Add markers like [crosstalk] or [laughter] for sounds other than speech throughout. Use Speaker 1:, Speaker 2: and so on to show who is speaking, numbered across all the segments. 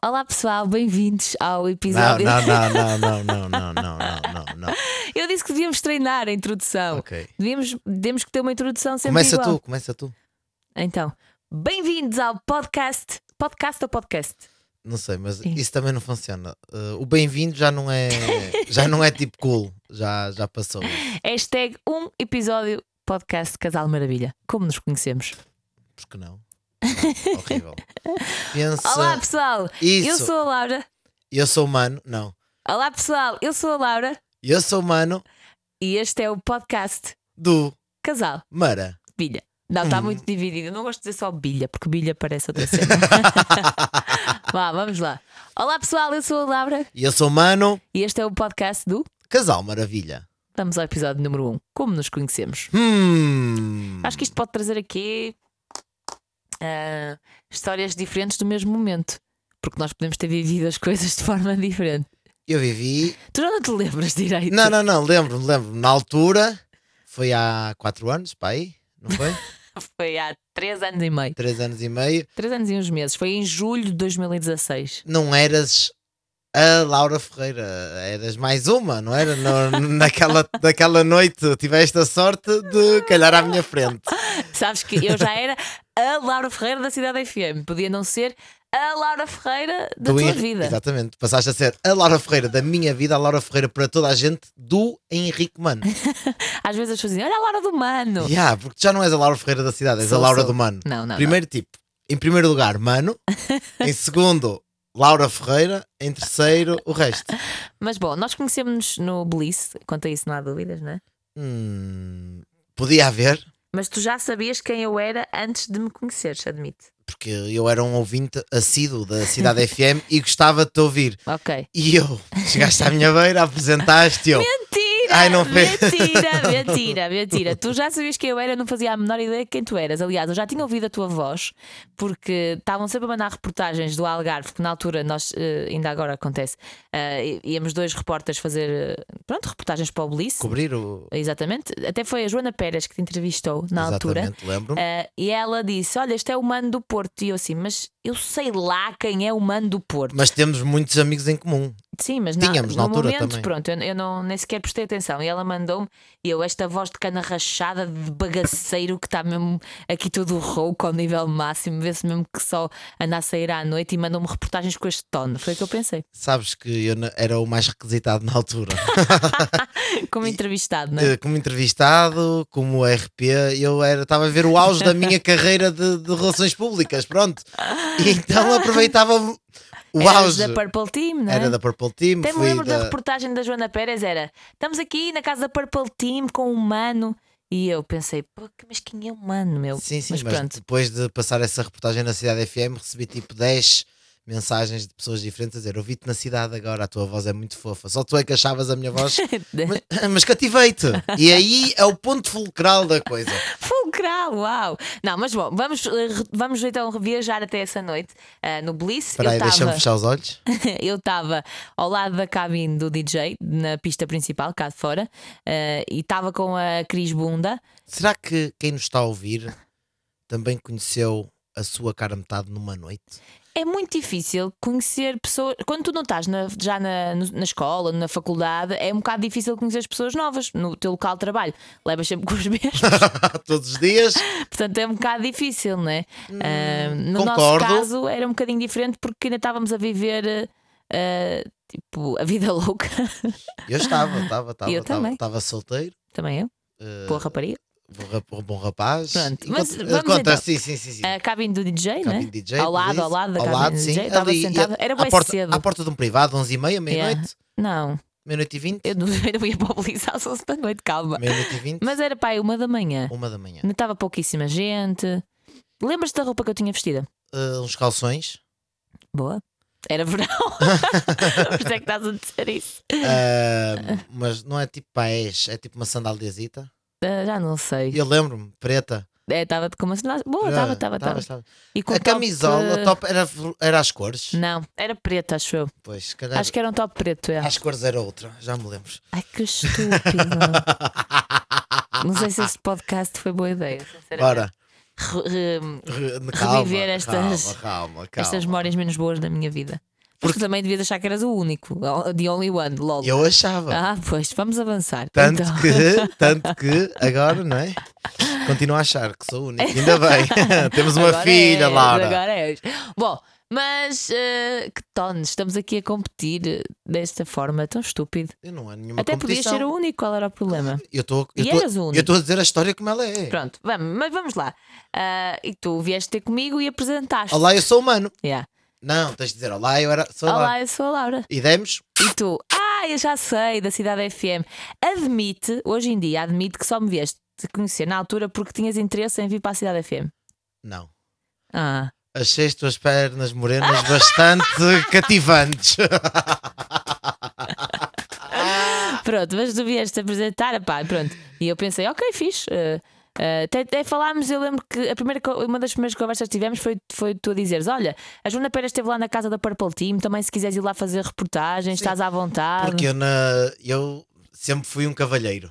Speaker 1: Olá pessoal, bem-vindos ao
Speaker 2: Não,
Speaker 1: episódio.
Speaker 2: não, não, não, não, não, não, não, não, não.
Speaker 1: [laughs] Eu disse que devíamos treinar a introdução.
Speaker 2: Ok.
Speaker 1: Devíamos, temos que ter uma introdução sempre
Speaker 2: Começa
Speaker 1: igual.
Speaker 2: tu, começa tu.
Speaker 1: Então, bem-vindos ao podcast. Podcast ou podcast?
Speaker 2: Não sei, mas
Speaker 1: Sim.
Speaker 2: isso também não funciona. Uh, o bem-vindo já
Speaker 1: [laughs]
Speaker 2: não é, já não é tipo cool, já já passou.
Speaker 1: Hashtag um episódio podcast Casal Maravilha. Como nos conhecemos.
Speaker 2: Porque não? Não, horrível. Pensa.
Speaker 1: Olá pessoal, eu
Speaker 2: isso.
Speaker 1: sou a Laura.
Speaker 2: Eu sou humano, não.
Speaker 1: Olá pessoal, eu sou a Laura
Speaker 2: Eu sou humano
Speaker 1: e este é o podcast
Speaker 2: do
Speaker 1: Casal
Speaker 2: Mara.
Speaker 1: Bilha. Não, está
Speaker 2: Hum.
Speaker 1: muito dividido. Eu Não gosto de dizer só bilha, porque bilha parece outra
Speaker 2: [laughs]
Speaker 1: cena. [laughs] Vá, vamos lá. Olá pessoal, eu sou a Laura
Speaker 2: E eu sou humano
Speaker 1: e este é o podcast do
Speaker 2: Casal Maravilha.
Speaker 1: Vamos ao episódio número 1. Como nos conhecemos.
Speaker 2: Hum.
Speaker 1: Acho que isto pode trazer aqui ah, histórias diferentes do mesmo momento. Porque nós podemos ter vivido as coisas de forma diferente.
Speaker 2: Eu vivi.
Speaker 1: Tu já não te lembras direito?
Speaker 2: Não, não, não, lembro-me, lembro-me. Na altura, foi há quatro anos, pai, não foi?
Speaker 1: [laughs] Foi há 3 anos e meio.
Speaker 2: Três anos e meio.
Speaker 1: 3 anos e uns meses. Foi em julho de 2016.
Speaker 2: não eras a Laura Ferreira, eras mais uma, não era?
Speaker 1: [laughs]
Speaker 2: No- naquela, naquela noite tiveste a sorte de calhar à minha frente.
Speaker 1: [laughs] Sabes que eu já era a Laura Ferreira da Cidade FM. Podia não ser a Laura Ferreira da
Speaker 2: Do
Speaker 1: tua
Speaker 2: Henri-
Speaker 1: vida.
Speaker 2: Exatamente, passaste a ser a Laura Ferreira da minha vida, a Laura Ferreira para toda a gente do
Speaker 1: [laughs]
Speaker 2: Henrique Mano.
Speaker 1: Às vezes as pessoas dizem: Olha a Laura do Mano.
Speaker 2: Yeah, porque tu já não és a Laura Ferreira da cidade, és
Speaker 1: Sou,
Speaker 2: a Laura
Speaker 1: sou.
Speaker 2: do Mano.
Speaker 1: Não, não.
Speaker 2: Primeiro tipo, em primeiro lugar,
Speaker 1: [laughs]
Speaker 2: Mano. em segundo, Laura Ferreira. Em terceiro, o resto.
Speaker 1: não. Mas bom, nós conhecemos-nos no Bliss. Quanto a isso, não há dúvidas, não é?
Speaker 2: Hum, podia haver,
Speaker 1: Mas tu já sabias quem eu era antes de me conheceres, admite.
Speaker 2: porque eu era um ouvinte assíduo
Speaker 1: [laughs]
Speaker 2: da Cidade FM e gostava de te ouvir.
Speaker 1: Ok.
Speaker 2: E eu, chegaste à minha beira, apresentaste eu.
Speaker 1: Mentira!
Speaker 2: Ai, não fez. [laughs]
Speaker 1: mentira, mentira, mentira. Tu já sabias quem eu era, não fazia a menor ideia de quem tu eras. Aliás, eu já tinha ouvido a tua voz, porque estavam sempre a mandar reportagens do Algarve, porque na altura nós, eh, ainda agora acontece, eh, íamos dois repórteres fazer, eh, pronto, reportagens para o Belice.
Speaker 2: Cobrir o.
Speaker 1: Exatamente. Até foi a Joana Pérez que te entrevistou na altura.
Speaker 2: Exatamente, lembro-me.
Speaker 1: Ah, e ela disse: Olha, este é o Mano do Porto. E eu assim, mas eu sei lá quem é o Mano do Porto.
Speaker 2: Mas temos muitos amigos em comum.
Speaker 1: Sim, mas na,
Speaker 2: Tínhamos,
Speaker 1: no
Speaker 2: na altura,
Speaker 1: momento,
Speaker 2: também.
Speaker 1: pronto, eu, eu não, nem sequer prestei atenção. E ela mandou-me, e eu, esta voz de cana rachada, de bagaceiro, que está mesmo aqui todo rouco ao nível máximo, vê-se mesmo que só anda a sair à noite e mandou-me reportagens com este tono. Foi o que eu pensei, [laughs]
Speaker 2: Sabes que eu na- era o mais requisitado na altura.
Speaker 1: como
Speaker 2: E-
Speaker 1: entrevistado, não é?
Speaker 2: Eh, como entrevistado, como RP, eu era estava a ver o auge
Speaker 1: [laughs]
Speaker 2: da minha carreira de, de relações públicas, pronto. E então aproveitava o
Speaker 1: Eras
Speaker 2: auge.
Speaker 1: da Purple Team, não é?
Speaker 2: Era da Purple Team,
Speaker 1: Até me
Speaker 2: fui
Speaker 1: lembro da...
Speaker 2: da-
Speaker 1: reportagem da Joana Pérez, era estamos aqui na casa da Purple Team com um mano. E eu pensei, "Pô, mas quem é o mano, meu?
Speaker 2: Sim, sim,
Speaker 1: mas,
Speaker 2: mas,
Speaker 1: pronto.
Speaker 2: depois de passar essa reportagem na Cidade FM, recebi tipo 10 mensagens de pessoas diferentes a dizer: Ouvi-te na cidade agora, a tua voz é muito fofa, só tu é que achavas a minha
Speaker 1: [laughs]
Speaker 2: voz, mas, [laughs] mas cativei-te. E aí é o ponto fulcral da coisa.
Speaker 1: [laughs] Fulcral, uau! Não, mas bom, vamos, eh, re- vamos então viajar até essa noite ah, no Bliss.
Speaker 2: Espera aí,
Speaker 1: eu
Speaker 2: deixa-me
Speaker 1: estava
Speaker 2: fechar os olhos.
Speaker 1: [laughs] eu estava ao lado da cabine do DJ, na pista principal, cá de fora, eh, e estava com a Cris Bunda.
Speaker 2: Será que quem nos está a ouvir também conheceu a sua cara metade numa noite? [laughs]
Speaker 1: É muito difícil conhecer pessoas. Quando tu não estás na- já na, no- na escola, na faculdade, é um bocado difícil conhecer as pessoas novas no teu local de trabalho. Levas sempre com os [laughs] mesmos,
Speaker 2: Todos os dias?
Speaker 1: portanto é um bocado difícil, não é? Ah, no
Speaker 2: Hum, concordo.
Speaker 1: nosso caso era um bocadinho diferente porque ainda estávamos a viver. ah, Tipo, a vida [laughs] louca.
Speaker 2: Eu estava, estava, estava,
Speaker 1: Eu
Speaker 2: estava,
Speaker 1: também.
Speaker 2: estava solteiro.
Speaker 1: Também eu,
Speaker 2: eh,
Speaker 1: boa rapariga.
Speaker 2: bom rap- bom rapaz.
Speaker 1: Pronto,
Speaker 2: E
Speaker 1: mas
Speaker 2: conta-
Speaker 1: vamos
Speaker 2: conta,
Speaker 1: então.
Speaker 2: sim, sim, sim, sim.
Speaker 1: A cabine do DJ,
Speaker 2: Cabine
Speaker 1: né?
Speaker 2: DJ,
Speaker 1: ao lado,
Speaker 2: beleza.
Speaker 1: ao lado da
Speaker 2: Ao
Speaker 1: cabine
Speaker 2: lado,
Speaker 1: do
Speaker 2: sim.
Speaker 1: DJ. Estava
Speaker 2: Ali,
Speaker 1: sentada. Era
Speaker 2: à
Speaker 1: bem
Speaker 2: porta,
Speaker 1: cedo.
Speaker 2: À porta de um privado, 11h30, meia-noite,
Speaker 1: Não,
Speaker 2: meia-noite e vinte,
Speaker 1: eu [laughs] não, eu não ia para o Belize às 11 da noite, calma.
Speaker 2: meia-noite e vinte,
Speaker 1: [laughs] Mas é era pai, uma da manhã.
Speaker 2: uma da manhã.
Speaker 1: Não estava pouquíssima gente. Lembras-te da roupa que eu tinha vestida?
Speaker 2: Ah, uns
Speaker 1: [laughs]
Speaker 2: calções,
Speaker 1: Boa. Era verão. [laughs] Por isso é que estás a dizer isso?
Speaker 2: ah, mas não é tipo paés, é tipo uma sandáliazita.
Speaker 1: Ah, já não sei.
Speaker 2: Eu lembro-me, preta.
Speaker 1: É, Estava-te com uma sandália. Boa, estava,
Speaker 2: Ah,
Speaker 1: estava,
Speaker 2: tava,
Speaker 1: estava.
Speaker 2: tava.
Speaker 1: E com
Speaker 2: A
Speaker 1: top,
Speaker 2: camisola,
Speaker 1: eh,
Speaker 2: o top era, era às cores.
Speaker 1: Não, era preto, acho eu.
Speaker 2: Pois, se calhar.
Speaker 1: Hum. Acho que era um top preto. É.
Speaker 2: Às cores era outra, já me lembro.
Speaker 1: Ai, que estúpido.
Speaker 2: [laughs]
Speaker 1: não sei se este podcast foi boa ideia. sinceramente.
Speaker 2: Ora,
Speaker 1: [laughs] Re- re-
Speaker 2: re- calma,
Speaker 1: Reviver estas-
Speaker 2: calma, calma, calma.
Speaker 1: Estas memórias menos boas da minha vida. Porque também devias achar que eras o único. The only one, logo.
Speaker 2: Eu achava.
Speaker 1: Ah, pois, vamos avançar.
Speaker 2: Tanto
Speaker 1: Então,
Speaker 2: que, tanto que, agora, não é? Continuo a achar que sou único.
Speaker 1: [laughs]
Speaker 2: Ainda bem. Temos uma
Speaker 1: agora
Speaker 2: filha,
Speaker 1: és,
Speaker 2: Laura.
Speaker 1: Agora és. Bom, mas eh, que tones, estamos aqui a competir eh, desta forma tão estúpida.
Speaker 2: Eu não há nenhuma
Speaker 1: Até podias ser o único, qual era o problema?
Speaker 2: Eu estou
Speaker 1: E eras o único.
Speaker 2: a dizer a história como ela é.
Speaker 1: Pronto, vamos, mas vamos lá. Ah, e tu vieste ter comigo e apresentaste.
Speaker 2: Olá, eu sou humano.
Speaker 1: Yeah.
Speaker 2: Não, tens de dizer olá, eu era. Sou lá.
Speaker 1: Olá, eu sou a Laura.
Speaker 2: E demos.
Speaker 1: E tu? Ah, eu já sei, da Cidade FM. Admite, hoje em dia, admite que só me vieste te conhecer na altura porque tinhas interesse em vir para a Cidade FM.
Speaker 2: Não.
Speaker 1: Ah.
Speaker 2: Achei as tuas pernas morenas bastante [laughs] cativantes.
Speaker 1: Pronto, mas tu vieste apresentar, pá, pronto. E eu pensei, ok, fixe. eh, eh, até, até falámos, eu lembro que a primeira, co- uma das primeiras conversas que tivemos foi, foi tu a dizeres: Olha, a Joana Pérez esteve lá na casa da Purple Team, também se quiseres ir lá fazer reportagens, estás à vontade.
Speaker 2: Porque eu, na, eu sempre fui um cavalheiro.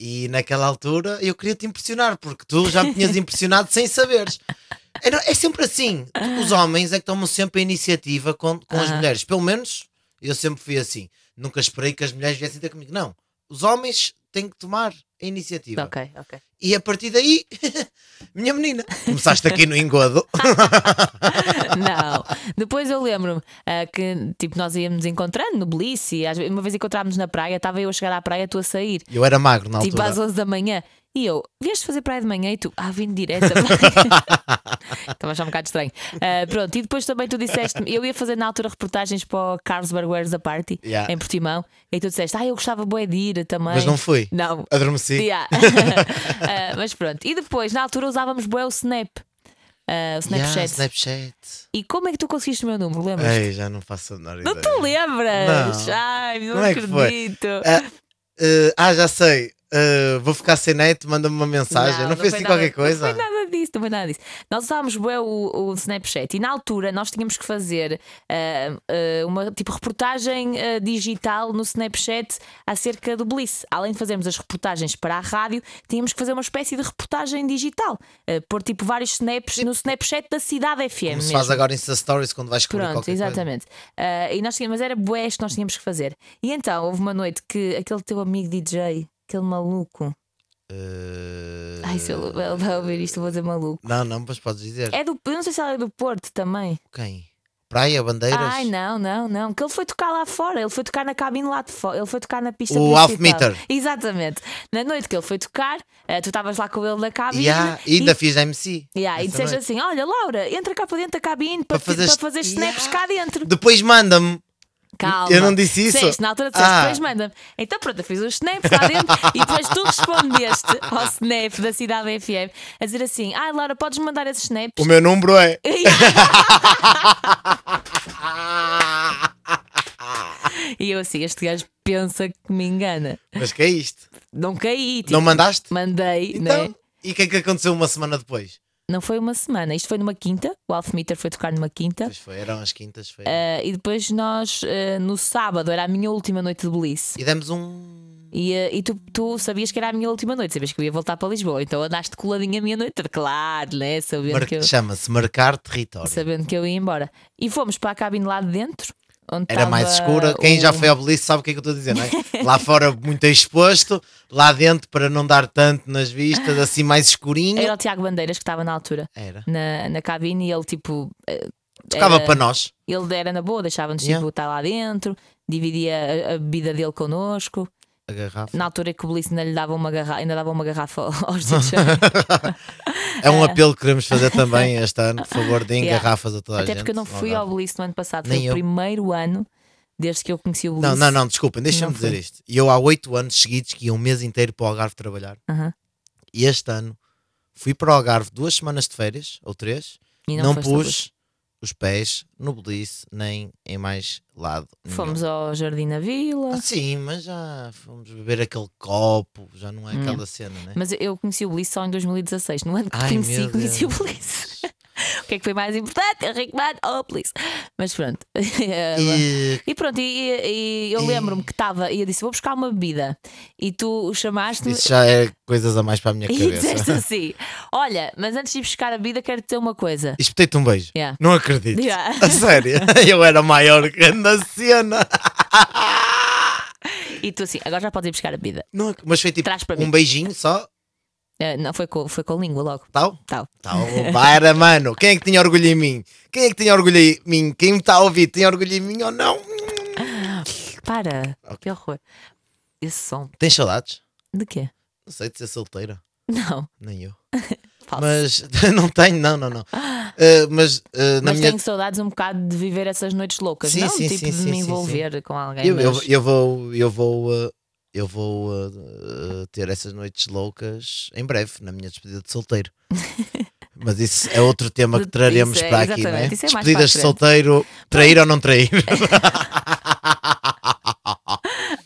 Speaker 2: E naquela altura eu queria te impressionar, porque tu já
Speaker 1: [laughs]
Speaker 2: me tinhas impressionado sem saberes. Era- é sempre assim. Os homens é que tomam sempre a iniciativa com, com as
Speaker 1: Aham.
Speaker 2: mulheres. Pelo menos eu sempre fui assim. Nunca esperei que as mulheres viessem ter comigo. Não. Os homens têm que tomar a iniciativa.
Speaker 1: Ok, ok. [laughs]
Speaker 2: E a partir daí, [laughs] minha menina, começaste aqui no engodo.
Speaker 1: Não. Depois eu lembro-me ah, que tipo, nós íamos encontrando no Belice, às ve- uma vez encontrámos na praia, estava eu a chegar à praia, tu a sair,
Speaker 2: Eu era magro na
Speaker 1: tipo
Speaker 2: altura.
Speaker 1: às 11 da manhã. E eu, vieste fazer praia de manhã e tu, ah, vim direto à praia.
Speaker 2: [laughs]
Speaker 1: Estava a achar um bocado estranho. Ah, pronto, e depois também tu disseste-me, eu ia fazer na altura reportagens para o Carlsberg Where's the Party,
Speaker 2: Yeah.
Speaker 1: em Portimão, e tu disseste, ah, eu gostava bué de ir também.
Speaker 2: Mas não fui.
Speaker 1: Não,
Speaker 2: Adormeci. [laughs]
Speaker 1: Yeah. Ah, mas pronto. E depois, na altura, usávamos bué o Snap. Ah, o
Speaker 2: Yeah,
Speaker 1: Snapchat.
Speaker 2: Snapchat.
Speaker 1: E como é que tu conseguiste o meu número? Lembras?
Speaker 2: Ei, já não faço a menor
Speaker 1: Não
Speaker 2: ideia.
Speaker 1: te lembras?
Speaker 2: Não.
Speaker 1: Ai, não
Speaker 2: Como é que foi?
Speaker 1: acredito.
Speaker 2: Ah, eh, ah, já sei. Eh, vou ficar sem net, manda-me uma mensagem. Não, fez
Speaker 1: foi
Speaker 2: assim
Speaker 1: nada-
Speaker 2: qualquer coisa?
Speaker 1: Não foi nada disso, não foi nada disso. Nós usávamos bué o, o Snapchat e na altura nós tínhamos que fazer ah, ah, uma tipo reportagem ah, digital no Snapchat acerca do Bliss. Além de fazermos as reportagens para a rádio, tínhamos que fazer uma espécie de reportagem digital. Ah, pôr tipo vários snaps no Snapchat da cidade FM.
Speaker 2: Como se
Speaker 1: mesmo.
Speaker 2: faz agora Insta Stories quando vais cobrir
Speaker 1: Pronto,
Speaker 2: qualquer
Speaker 1: exatamente. Ah, e nós tínhamos, mas era bué isto que nós tínhamos que fazer. E então houve uma noite que aquele teu amigo DJ, aquele maluco,
Speaker 2: coisa. Eh,
Speaker 1: ai, se ele ele vai ouvir isto, eu vou dizer maluco.
Speaker 2: Não, não, mas podes dizer.
Speaker 1: É do, eu não sei se ela é do Porto também.
Speaker 2: Quem? Praia, bandeiras?
Speaker 1: Ai, não, não, não. Que ele foi tocar lá fora, ele foi tocar na cabine lá de fora, ele foi tocar na pista
Speaker 2: O
Speaker 1: principal.
Speaker 2: Half Meter.
Speaker 1: Exatamente. Na noite que ele foi tocar, ah, tu estavas lá com ele na cabine.
Speaker 2: Yeah, e ainda fiz MC.
Speaker 1: Yeah, e
Speaker 2: essa
Speaker 1: disseste
Speaker 2: noite.
Speaker 1: assim: Olha, Laura, entra cá para dentro da cabine para,
Speaker 2: Para fazer-
Speaker 1: para fazer snaps
Speaker 2: Yeah.
Speaker 1: cá dentro.
Speaker 2: Depois manda-me.
Speaker 1: Calma.
Speaker 2: Eu não disse isso?
Speaker 1: Disseste, na altura disseste,
Speaker 2: Ah.
Speaker 1: depois manda-me. Então pronto, eu fiz os snaps lá dentro e depois tu respondeste ao snap da Cidade FM a dizer assim: Ah, Laura, podes mandar esses snaps?
Speaker 2: O
Speaker 1: [laughs]
Speaker 2: meu número é.
Speaker 1: E eu assim: Este gajo pensa que me engana.
Speaker 2: Mas que é isto?
Speaker 1: Não caí, tipo,
Speaker 2: Não mandaste?
Speaker 1: mandei,
Speaker 2: Então,
Speaker 1: né?
Speaker 2: e o que é que aconteceu uma semana depois?
Speaker 1: Não foi uma semana, isto foi numa quinta, o Alfmeter foi tocar numa quinta.
Speaker 2: Pois foi, eram as quintas, foi.
Speaker 1: eh, e depois nós, eh, no sábado, era a minha última noite de Belice.
Speaker 2: E demos um.
Speaker 1: E, eh, e tu, tu sabias que era a minha última noite, sabias que eu ia voltar para Lisboa, então andaste coladinha a minha noite, claro, né? Sabendo
Speaker 2: Mar-
Speaker 1: que eu...
Speaker 2: Chama-se marcar território.
Speaker 1: sabendo que eu ia embora. E fomos para a cabine lá de dentro, onde
Speaker 2: Era mais
Speaker 1: estava
Speaker 2: escura. Quem
Speaker 1: o-
Speaker 2: já foi ao Belize sabe o que é que eu estou a dizer,
Speaker 1: [laughs]
Speaker 2: não é? lá fora muito exposto, lá dentro para não dar tanto nas vistas, assim mais escurinho.
Speaker 1: Era
Speaker 2: Era.
Speaker 1: o Tiago Bandeiras que estava na altura, na, na cabine, e ele tipo. eh,
Speaker 2: Tocava
Speaker 1: era-
Speaker 2: para nós.
Speaker 1: Ele era na boa, deixava-nos
Speaker 2: Yeah.
Speaker 1: tipo, estar lá dentro, dividia a, a bebida dele connosco.
Speaker 2: A garrafa.
Speaker 1: Na altura que o Belice ainda lhe dava uma garrafa, ainda dava uma garrafa [laughs]
Speaker 2: [laughs]
Speaker 1: aos DJs.
Speaker 2: É um apelo que queremos fazer também este ano, por favor, deem
Speaker 1: Yeah.
Speaker 2: garrafas a toda a gente.
Speaker 1: Até porque eu não fui ao Belice no ano passado, foi
Speaker 2: Nem
Speaker 1: o
Speaker 2: eu.
Speaker 1: primeiro ano desde que eu conheci o Belice.
Speaker 2: Não, não, não, desculpem,
Speaker 1: Não
Speaker 2: deixa-me dizer
Speaker 1: fui.
Speaker 2: isto. E eu há oito anos seguidos que ia um mês inteiro para o Algarve trabalhar.
Speaker 1: Aham.
Speaker 2: E este ano fui para o Algarve duas semanas de férias, ou três,
Speaker 1: E
Speaker 2: não,
Speaker 1: foste ao Belice.
Speaker 2: pus os pés no Belize nem em mais lado. nenhum.
Speaker 1: Fomos ao Jardim da Vila.
Speaker 2: Ah, sim, mas já fomos beber aquele copo, já não é
Speaker 1: Hum.
Speaker 2: aquela cena, né?
Speaker 1: Mas eu conheci o Belice só em 2016. No ano que
Speaker 2: Ai,
Speaker 1: conheci,
Speaker 2: meu
Speaker 1: conheci o
Speaker 2: Deus.
Speaker 1: Belice. [laughs] o que é que foi mais importante? Henrique Mano, oh please. Mas pronto.
Speaker 2: [laughs]
Speaker 1: [laughs]
Speaker 2: E
Speaker 1: E pronto, e, e eu lembro-me que estava, e eu disse: vou buscar uma bebida. E tu chamaste-me
Speaker 2: isso já é coisas a mais para
Speaker 1: [laughs]
Speaker 2: a minha
Speaker 1: e
Speaker 2: [laughs]
Speaker 1: disseste
Speaker 2: cabeça.
Speaker 1: assim: olha, mas antes de ir buscar a bebida, quero te dizer uma coisa.
Speaker 2: Espetei-te um beijo.
Speaker 1: Yeah.
Speaker 2: Não acredito.
Speaker 1: Yeah.
Speaker 2: [laughs]
Speaker 1: [laughs]
Speaker 2: A sério. Eu era maior que na cena.
Speaker 1: E tu assim: agora já podes ir buscar a bebida.
Speaker 2: Não, ac- mas foi tipo
Speaker 1: Traz para mim.
Speaker 2: um beijinho só.
Speaker 1: Eh, não, foi com, foi com língua logo.
Speaker 2: Tal.
Speaker 1: Tal.
Speaker 2: Tal. Para, mano. Quem é que tinha orgulho em mim? Quem é que tinha orgulho em mim? Quem me está a ouvir tem orgulho em mim ou não?
Speaker 1: Para, que horror. Esse som.
Speaker 2: Tens saudades?
Speaker 1: De quê? [laughs]
Speaker 2: Não sei de ser solteira.
Speaker 1: Não,
Speaker 2: Nem eu.
Speaker 1: [laughs] falso. Mas,
Speaker 2: Mas [laughs] não tenho, não, não, não. Uh, mas uh, na minha.
Speaker 1: tenho saudades um bocado de viver essas noites loucas.
Speaker 2: Sim,
Speaker 1: não,
Speaker 2: sim,
Speaker 1: tipo
Speaker 2: sim,
Speaker 1: de
Speaker 2: sim,
Speaker 1: me
Speaker 2: sim, sim.
Speaker 1: envolver com alguém.
Speaker 2: Eu, eu,
Speaker 1: mas-
Speaker 2: eu vou, eu vou, uh, eu vou uh, uh, ter essas noites loucas em breve, na minha despedida
Speaker 1: [laughs]
Speaker 2: de solteiro. Mas isso é outro tema que
Speaker 1: Isso
Speaker 2: traremos
Speaker 1: é-
Speaker 2: para aqui, não é?
Speaker 1: exatamente, isso é mais para a
Speaker 2: Despedidas de
Speaker 1: frente.
Speaker 2: solteiro, trair ou
Speaker 1: [laughs]
Speaker 2: não trair?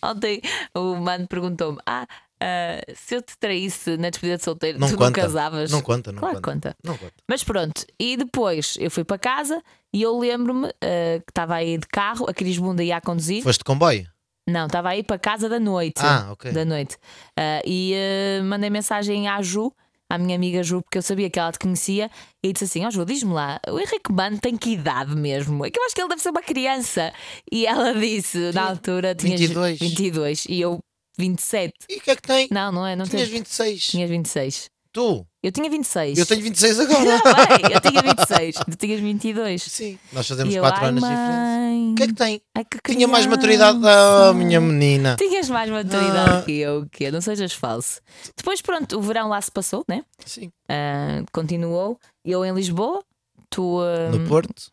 Speaker 1: Ontem o mano perguntou-me: Ah, ah, se eu te traísse na despedida de solteiro,
Speaker 2: Não
Speaker 1: tu não
Speaker 2: conta.
Speaker 1: casavas?
Speaker 2: Não conta, não
Speaker 1: claro que
Speaker 2: conta.
Speaker 1: conta.
Speaker 2: Não conta.
Speaker 1: Mas pronto, e depois eu fui para casa e eu lembro-me ah, que estava aí de carro, a Cris Bunda ia a conduzir.
Speaker 2: Foste de comboio?
Speaker 1: Não, estava aí para casa da noite.
Speaker 2: Ah, ok.
Speaker 1: Da noite. Ah, e ah, mandei mensagem à Ju, à minha amiga Ju, porque eu sabia que ela te conhecia, e disse assim: Ó Ju, diz-me lá, o Henrique Mano tem que idade mesmo? É que eu acho que ele deve ser uma criança. E ela disse, na altura, tinhas
Speaker 2: 22.
Speaker 1: 22 e eu 27.
Speaker 2: E o que é que tem?
Speaker 1: Não, não é? Não
Speaker 2: Tinhas
Speaker 1: tens-
Speaker 2: 26.
Speaker 1: Tinhas 26.
Speaker 2: Tu?
Speaker 1: Eu tinha 26.
Speaker 2: Eu tenho 26 [laughs] agora.
Speaker 1: [laughs] Não, bem, eu tinha 26. Tu tinhas 22.
Speaker 2: Sim, nós fazemos
Speaker 1: E eu,
Speaker 2: 4
Speaker 1: ai,
Speaker 2: anos de diferença.
Speaker 1: mãe,
Speaker 2: O que é que tem?
Speaker 1: ai, que
Speaker 2: Tinha mais maturidade
Speaker 1: criança."
Speaker 2: da minha [laughs] menina.
Speaker 1: Tinhas mais maturidade
Speaker 2: Ah.
Speaker 1: que eu, que eu, não sejas falso. Depois, pronto, o verão lá se passou, né?
Speaker 2: Sim.
Speaker 1: Ah, continuou. Eu em Lisboa, tu. ah,
Speaker 2: No Porto?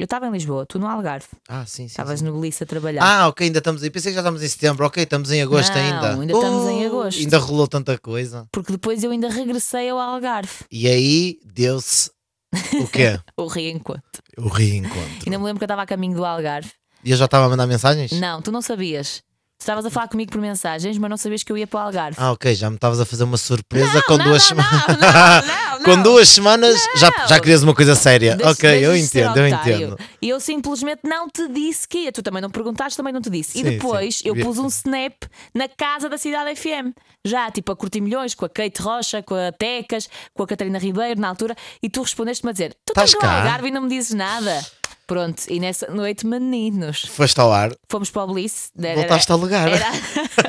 Speaker 1: eu estava em Lisboa, tu no Algarve.
Speaker 2: Ah, sim, sim. sim.
Speaker 1: Estavas no Belice a trabalhar.
Speaker 2: Ah, ok, ainda estamos aí. Pensei que já estamos em setembro. Ok, estamos em agosto
Speaker 1: Não,
Speaker 2: ainda. Oh,
Speaker 1: ainda estamos em agosto.
Speaker 2: Ainda rolou tanta coisa.
Speaker 1: Porque depois eu ainda regressei ao Algarve,
Speaker 2: E aí deu-se
Speaker 1: [laughs]
Speaker 2: o quê?
Speaker 1: o reencontro.
Speaker 2: o reencontro.
Speaker 1: Ainda me lembro que eu estava a caminho do Algarve.
Speaker 2: E eu já estava a mandar mensagens?
Speaker 1: Não, tu não sabias. Tu estavas a falar comigo por mensagens, mas não sabias que eu ia para o Algarve.
Speaker 2: Ah, ok, já me estavas a fazer uma surpresa com
Speaker 1: não,
Speaker 2: duas
Speaker 1: não,
Speaker 2: semanas. [laughs]
Speaker 1: não, não, não.
Speaker 2: com duas semanas já, já querias uma coisa séria.
Speaker 1: Deixa-
Speaker 2: É, ok, eu
Speaker 1: deixa de ser
Speaker 2: entendo, eu
Speaker 1: otário.
Speaker 2: entendo.
Speaker 1: E eu simplesmente não te disse que ia. Tu também não perguntaste, também não te disse. e
Speaker 2: Sim,
Speaker 1: depois
Speaker 2: sim.
Speaker 1: eu
Speaker 2: Vi-
Speaker 1: pus um snap na casa da Cidade FM. Já, tipo, a curtir milhões com a Kate Rocha, com a Tecas, com a Catarina Ribeiro na altura. E tu respondeste-me a dizer: Tu
Speaker 2: Tás
Speaker 1: estás no
Speaker 2: cá?
Speaker 1: Algarve e não me dizes nada. Pronto, e nessa noite, meninos,
Speaker 2: Foste ao ar,
Speaker 1: fomos para o Bliss.
Speaker 2: voltaste a ligar.
Speaker 1: Era,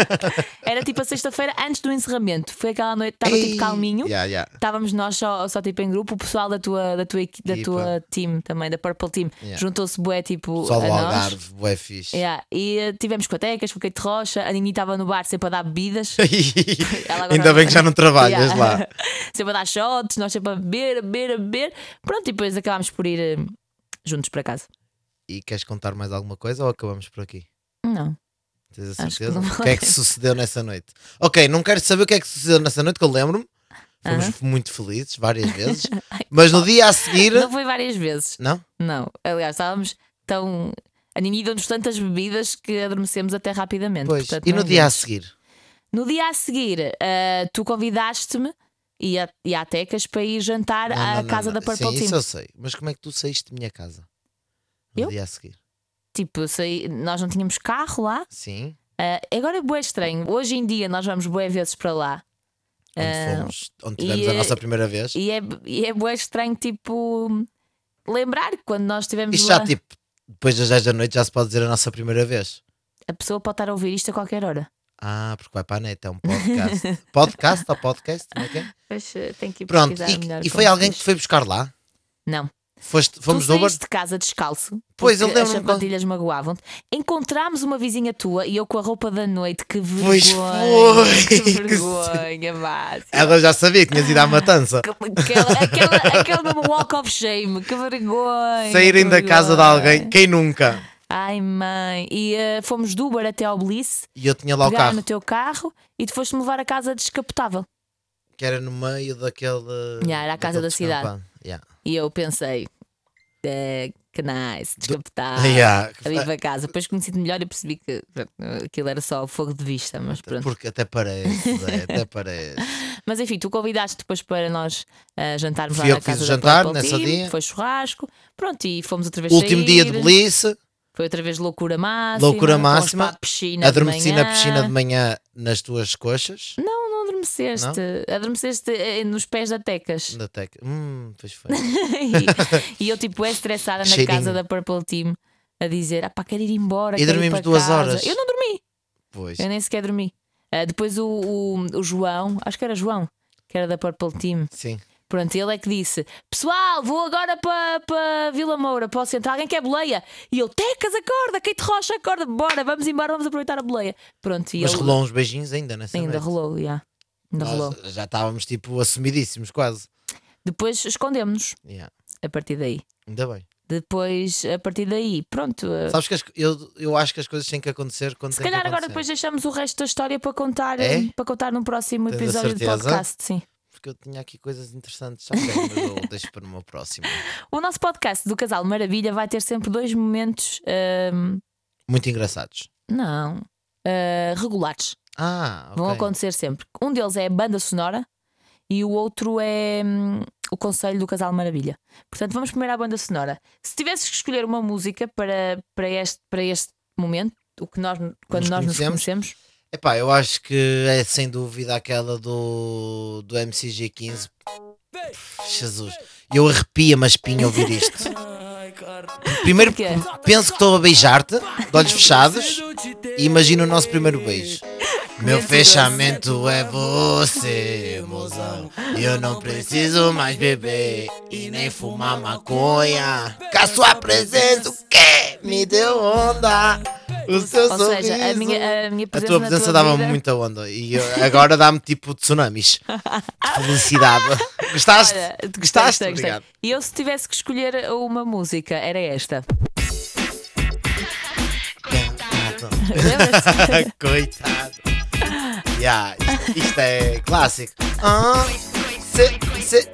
Speaker 1: [laughs] era tipo a sexta-feira antes do encerramento. Foi aquela noite, estava
Speaker 2: Ei,
Speaker 1: tipo calminho.
Speaker 2: yeah, yeah.
Speaker 1: Estávamos nós só, só tipo em grupo, o pessoal da tua, da tua, equi- da
Speaker 2: Equipa.
Speaker 1: tua team também, da Purple Team,
Speaker 2: Yeah.
Speaker 1: juntou-se bué tipo
Speaker 2: Só
Speaker 1: a
Speaker 2: do
Speaker 1: nós.
Speaker 2: Algarve, bué fixe.
Speaker 1: Yeah. E eh, tivemos com a Tecas, com o Kate Rocha, a Nini estava no bar sempre a dar
Speaker 2: [laughs]
Speaker 1: bebidas. Ela agora-
Speaker 2: Ainda bem que já não trabalhas
Speaker 1: Yeah. [laughs]
Speaker 2: lá.
Speaker 1: sempre a dar shots, nós sempre a beber, a beber, a beber. Pronto, e depois acabámos por ir eh, juntos para casa.
Speaker 2: E queres contar mais alguma coisa ou acabamos por aqui?
Speaker 1: Não.
Speaker 2: Tens a
Speaker 1: Acho que
Speaker 2: certeza?
Speaker 1: não
Speaker 2: O que é que sucedeu nessa noite? Ok, não quero saber o que é que sucedeu nessa noite, que eu lembro-me. Fomos muito
Speaker 1: [laughs]
Speaker 2: felizes várias vezes. mas no dia a seguir.
Speaker 1: Não foi várias vezes.
Speaker 2: Não?
Speaker 1: Não. Aliás, estávamos tão. A Nini deu-nos tantas bebidas que adormecemos até rapidamente.
Speaker 2: Pois.
Speaker 1: Portanto,
Speaker 2: e
Speaker 1: não
Speaker 2: no dia a
Speaker 1: vimos.
Speaker 2: seguir?
Speaker 1: No dia a seguir, ah, tu convidaste-me e a, e a Tecas para ir jantar
Speaker 2: Não,
Speaker 1: à
Speaker 2: não, não,
Speaker 1: casa
Speaker 2: não.
Speaker 1: da Purple
Speaker 2: Sim,
Speaker 1: Team.
Speaker 2: Isso eu sei. Mas como é que tu saíste de minha casa? No
Speaker 1: Eu?
Speaker 2: dia a seguir.
Speaker 1: Tipo, eu saí- nós não tínhamos carro lá.
Speaker 2: Sim.
Speaker 1: Ah, agora é bué estranho. Hoje em dia nós vamos bué vezes para lá.
Speaker 2: Onde
Speaker 1: Ah,
Speaker 2: fomos, onde tivemos
Speaker 1: e,
Speaker 2: a nossa primeira vez.
Speaker 1: E é, e é bué estranho, tipo, lembrar que quando nós estivemos
Speaker 2: Isto
Speaker 1: lá.
Speaker 2: já tipo, depois das 10 da noite já se pode dizer a nossa primeira vez.
Speaker 1: A pessoa pode estar a ouvir isto a qualquer hora.
Speaker 2: Ah, porque vai para a net, é um podcast.
Speaker 1: [laughs]
Speaker 2: podcast ou podcast? Como é que é?
Speaker 1: Mas tem eh, que ir
Speaker 2: Pronto,
Speaker 1: pesquisar é melhor
Speaker 2: e, e
Speaker 1: como
Speaker 2: foi
Speaker 1: se
Speaker 2: alguém que
Speaker 1: diz.
Speaker 2: te foi buscar lá?
Speaker 1: Não.
Speaker 2: Foste, fomos
Speaker 1: tu
Speaker 2: de Uber?
Speaker 1: saíste de casa descalço.
Speaker 2: Pois, um eu
Speaker 1: porque As
Speaker 2: lembro-me quando-
Speaker 1: sapatilhas magoavam-te. Encontrámos uma vizinha tua e eu com a roupa da noite. Que vergonha.
Speaker 2: Pois foi,
Speaker 1: Que
Speaker 2: que [laughs]
Speaker 1: vergonha, Márcio.
Speaker 2: Ela já sabia que
Speaker 1: Ah,
Speaker 2: tinhas ido
Speaker 1: [laughs]
Speaker 2: à matança.
Speaker 1: Aquela, aquela, aquele mesmo walk of shame. Que vergonha.
Speaker 2: Saírem
Speaker 1: que
Speaker 2: da casa de
Speaker 1: vergonha.
Speaker 2: alguém, quem nunca?
Speaker 1: Ai, mãe. E eh, fomos do Uber até ao Bliss.
Speaker 2: E eu tinha lá o
Speaker 1: pegar
Speaker 2: carro,
Speaker 1: no teu carro e tu foste-me levar a casa descapotável.
Speaker 2: que era no meio daquele.
Speaker 1: Yeah, era a casa
Speaker 2: daquele
Speaker 1: da cidade.
Speaker 2: descampado. Yeah.
Speaker 1: E eu pensei, eh, que nice, descapotar.
Speaker 2: [laughs] Yeah.
Speaker 1: Ali para casa. Depois conheci-te melhor e percebi que pronto, aquilo era só fogo de vista, mas pronto.
Speaker 2: Porque até parece, Zé,
Speaker 1: [laughs]
Speaker 2: até parece.
Speaker 1: Mas enfim, tu convidaste depois para nós ah, jantarmos
Speaker 2: Fui
Speaker 1: lá
Speaker 2: eu
Speaker 1: na
Speaker 2: que fiz
Speaker 1: casa
Speaker 2: o
Speaker 1: da
Speaker 2: jantar
Speaker 1: Purple
Speaker 2: nesse
Speaker 1: Team,
Speaker 2: dia.
Speaker 1: Foi churrasco, pronto, e fomos outra vez
Speaker 2: Último dia de
Speaker 1: sair.
Speaker 2: Belize,
Speaker 1: Foi outra vez loucura máxima.
Speaker 2: Loucura
Speaker 1: fomos
Speaker 2: máxima.
Speaker 1: para a piscina de
Speaker 2: adormeci na
Speaker 1: manhã.
Speaker 2: piscina de manhã nas tuas coxas.
Speaker 1: Não, não adormeceste. Adormeceste eh, nos pés da
Speaker 2: [laughs]
Speaker 1: Tecas. [laughs]
Speaker 2: Da tec... Hum, pois foi.
Speaker 1: e, e eu, tipo, é estressada na
Speaker 2: Cheirinho.
Speaker 1: casa da Purple Team a dizer: ah, pá, quero ir embora.
Speaker 2: E
Speaker 1: quero ir
Speaker 2: dormimos
Speaker 1: para
Speaker 2: duas
Speaker 1: casa."
Speaker 2: horas.
Speaker 1: Eu não dormi,
Speaker 2: Pois.
Speaker 1: eu nem sequer dormi. Ah, depois o, o- o João, acho que era João, que era da Purple Team.
Speaker 2: Sim.
Speaker 1: Pronto, ele é que disse: Pessoal, vou agora para pa Vila Moura, para o centro. Alguém quer boleia? E eu, Tecas, acorda, Kate Rocha, acorda, bora, vamos embora, vamos aproveitar a boleia. Pronto, e
Speaker 2: Mas
Speaker 1: ele
Speaker 2: rolou uns beijinhos ainda nessa
Speaker 1: ainda
Speaker 2: noite.
Speaker 1: rolou, já. Ainda
Speaker 2: Nós
Speaker 1: rolou.
Speaker 2: Já estávamos tipo assumidíssimos quase.
Speaker 1: Depois escondemos-nos
Speaker 2: Yeah.
Speaker 1: a partir daí.
Speaker 2: Ainda bem.
Speaker 1: Depois, a partir daí, pronto. eh,
Speaker 2: Sabes é que as- eu, eu acho que as coisas têm que acontecer quando
Speaker 1: Se
Speaker 2: têm que
Speaker 1: calhar agora
Speaker 2: acontecer.
Speaker 1: depois deixamos o resto da história para contar,
Speaker 2: É?
Speaker 1: eh, para contar num próximo
Speaker 2: Tens a
Speaker 1: episódio do
Speaker 2: certeza?
Speaker 1: podcast, sim.
Speaker 2: Porque eu tinha aqui coisas interessantes, já tenho, mas eu deixo para uma próxima.
Speaker 1: O nosso podcast do Casal Maravilha vai ter sempre dois momentos, ehm,
Speaker 2: Muito engraçados.
Speaker 1: não, eh, regulares.
Speaker 2: Ah, ok.
Speaker 1: Vão acontecer sempre. Um deles é a banda sonora e o outro é hum, o conselho do Casal Maravilha. Portanto, vamos primeiro à banda sonora. Se tivesses que escolher uma música para, para, este, para este momento, o que nós, quando
Speaker 2: Nos
Speaker 1: nós nos
Speaker 2: conhecemos?
Speaker 1: conhecemos,
Speaker 2: Epá, eu acho que é sem dúvida aquela do, do MCG15. Jesus, eu arrepia-me a espinha
Speaker 1: [laughs]
Speaker 2: ouvir isto. Primeiro,
Speaker 1: Porquê?
Speaker 2: penso que estou a beijar-te, de olhos fechados, e imagino o nosso primeiro
Speaker 1: [laughs]
Speaker 2: beijo. Meu fechamento é você, mozão. Eu não preciso mais beber e nem fumar maconha. Com a sua presença, o quê? Me deu onda. O seu
Speaker 1: ou
Speaker 2: sorriso.
Speaker 1: seja, a minha, a minha
Speaker 2: A
Speaker 1: presença.
Speaker 2: tua
Speaker 1: na
Speaker 2: presença dava-me
Speaker 1: vida-
Speaker 2: muita onda e eu- agora dá-me
Speaker 1: [laughs]
Speaker 2: tipo tsunamis de felicidade. Gostaste?
Speaker 1: Olha,
Speaker 2: Gostaste?
Speaker 1: eh, gostei, gostei.
Speaker 2: Obrigado.
Speaker 1: E eu, se tivesse que escolher uma música, era esta.
Speaker 2: Coitado. [laughs]
Speaker 1: Lembras-te?
Speaker 2: Coitado. Yeah, isto, isto é clássico. Ah, se- se-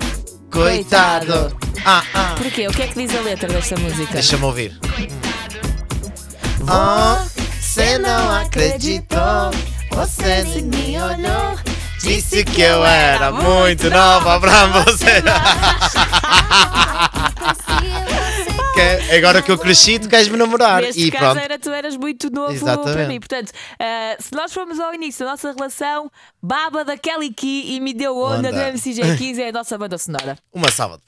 Speaker 2: coitado. Ah, ah.
Speaker 1: Porquê? O que é que diz a letra desta música?
Speaker 2: Deixa-me ouvir. Ah, você não acreditou. Você nem me olhou. Disse que eu era muito nova pra
Speaker 1: [laughs]
Speaker 2: você. [laughs] Que- é agora que eu cresci, tu queres me namorar.
Speaker 1: Neste
Speaker 2: e
Speaker 1: caso
Speaker 2: pronto.
Speaker 1: era tu eras muito novo para
Speaker 2: Exatamente.
Speaker 1: mim. Portanto, ah, se nós formos ao início da nossa relação, baba da Kelly Key e me deu onda,
Speaker 2: Onda.
Speaker 1: do MCG15 é a nossa banda
Speaker 2: [laughs]
Speaker 1: sonora.
Speaker 2: Uma salva.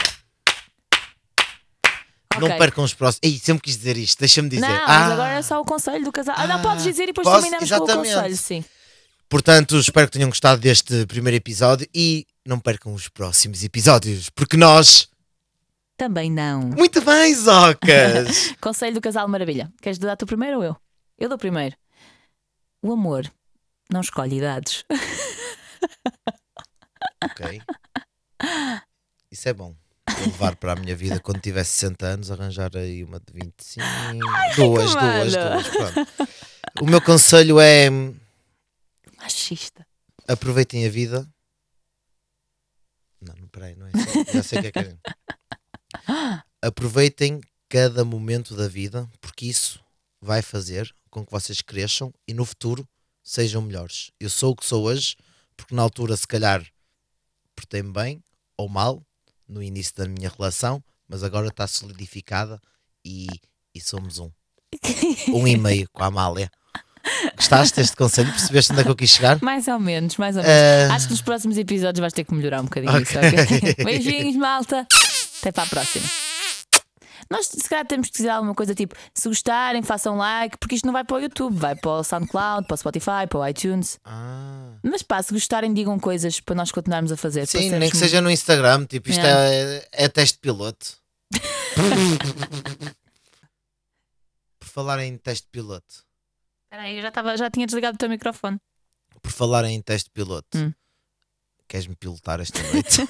Speaker 2: Não
Speaker 1: Ok.
Speaker 2: percam os próximos. Ei, sempre quis dizer isto, deixa-me dizer.
Speaker 1: Não, mas
Speaker 2: Ah,
Speaker 1: agora é só o conselho do casal. Ah, não,
Speaker 2: Ah,
Speaker 1: podes dizer e depois
Speaker 2: posso?
Speaker 1: terminamos com o
Speaker 2: Exatamente.
Speaker 1: conselho, sim.
Speaker 2: Portanto, espero que tenham gostado deste primeiro episódio e não percam os próximos episódios, porque nós.
Speaker 1: Também
Speaker 2: [laughs]
Speaker 1: não.
Speaker 2: Muito
Speaker 1: [laughs]
Speaker 2: bem, Zocas!
Speaker 1: Conselho do casal maravilha. Queres dar tu primeiro ou eu? Eu dou primeiro. O amor não escolhe idades. [laughs]
Speaker 2: ok. Isso é bom. Vou levar para a minha vida quando tiver 60 anos, arranjar aí uma de 25. duas, duas,
Speaker 1: mano.
Speaker 2: duas. Pronto. O meu conselho é
Speaker 1: Machista.
Speaker 2: aproveitem a vida. Não, não, peraí, não é isso. Já sei o que é que é. Aproveitem cada momento da vida, porque isso vai fazer com que vocês cresçam e no futuro sejam melhores. Eu sou o que sou hoje, porque na altura, se calhar, portei-me bem ou mal no início da minha relação, mas agora está solidificada e, e somos um. Um e meio com a Amália. Gostaste deste conselho? Percebeste onde é que eu quis
Speaker 1: [laughs]
Speaker 2: chegar?
Speaker 1: Mais ou menos, mais ou menos.
Speaker 2: Ah,
Speaker 1: Acho que nos próximos episódios vais ter que melhorar um bocadinho
Speaker 2: Ok.
Speaker 1: isso, ok? [laughs] Beijinhos, malta. Até para a próxima. Nós, se calhar, temos que dizer alguma coisa tipo: se gostarem, façam like, porque isto não vai para o YouTube, vai para o Soundcloud, para o Spotify, para o iTunes.
Speaker 2: ah.
Speaker 1: Mas pá, se gostarem, digam coisas para nós continuarmos a fazer. É para
Speaker 2: Sim,
Speaker 1: sermos
Speaker 2: nem que seja no Instagram, tipo, isto
Speaker 1: Yeah.
Speaker 2: é, é teste
Speaker 1: [laughs]
Speaker 2: piloto. por falar em teste piloto,
Speaker 1: Espera aí, eu já, tava, já tinha desligado o teu microfone.
Speaker 2: por falar em teste piloto,
Speaker 1: Hum.
Speaker 2: queres-me pilotar esta noite?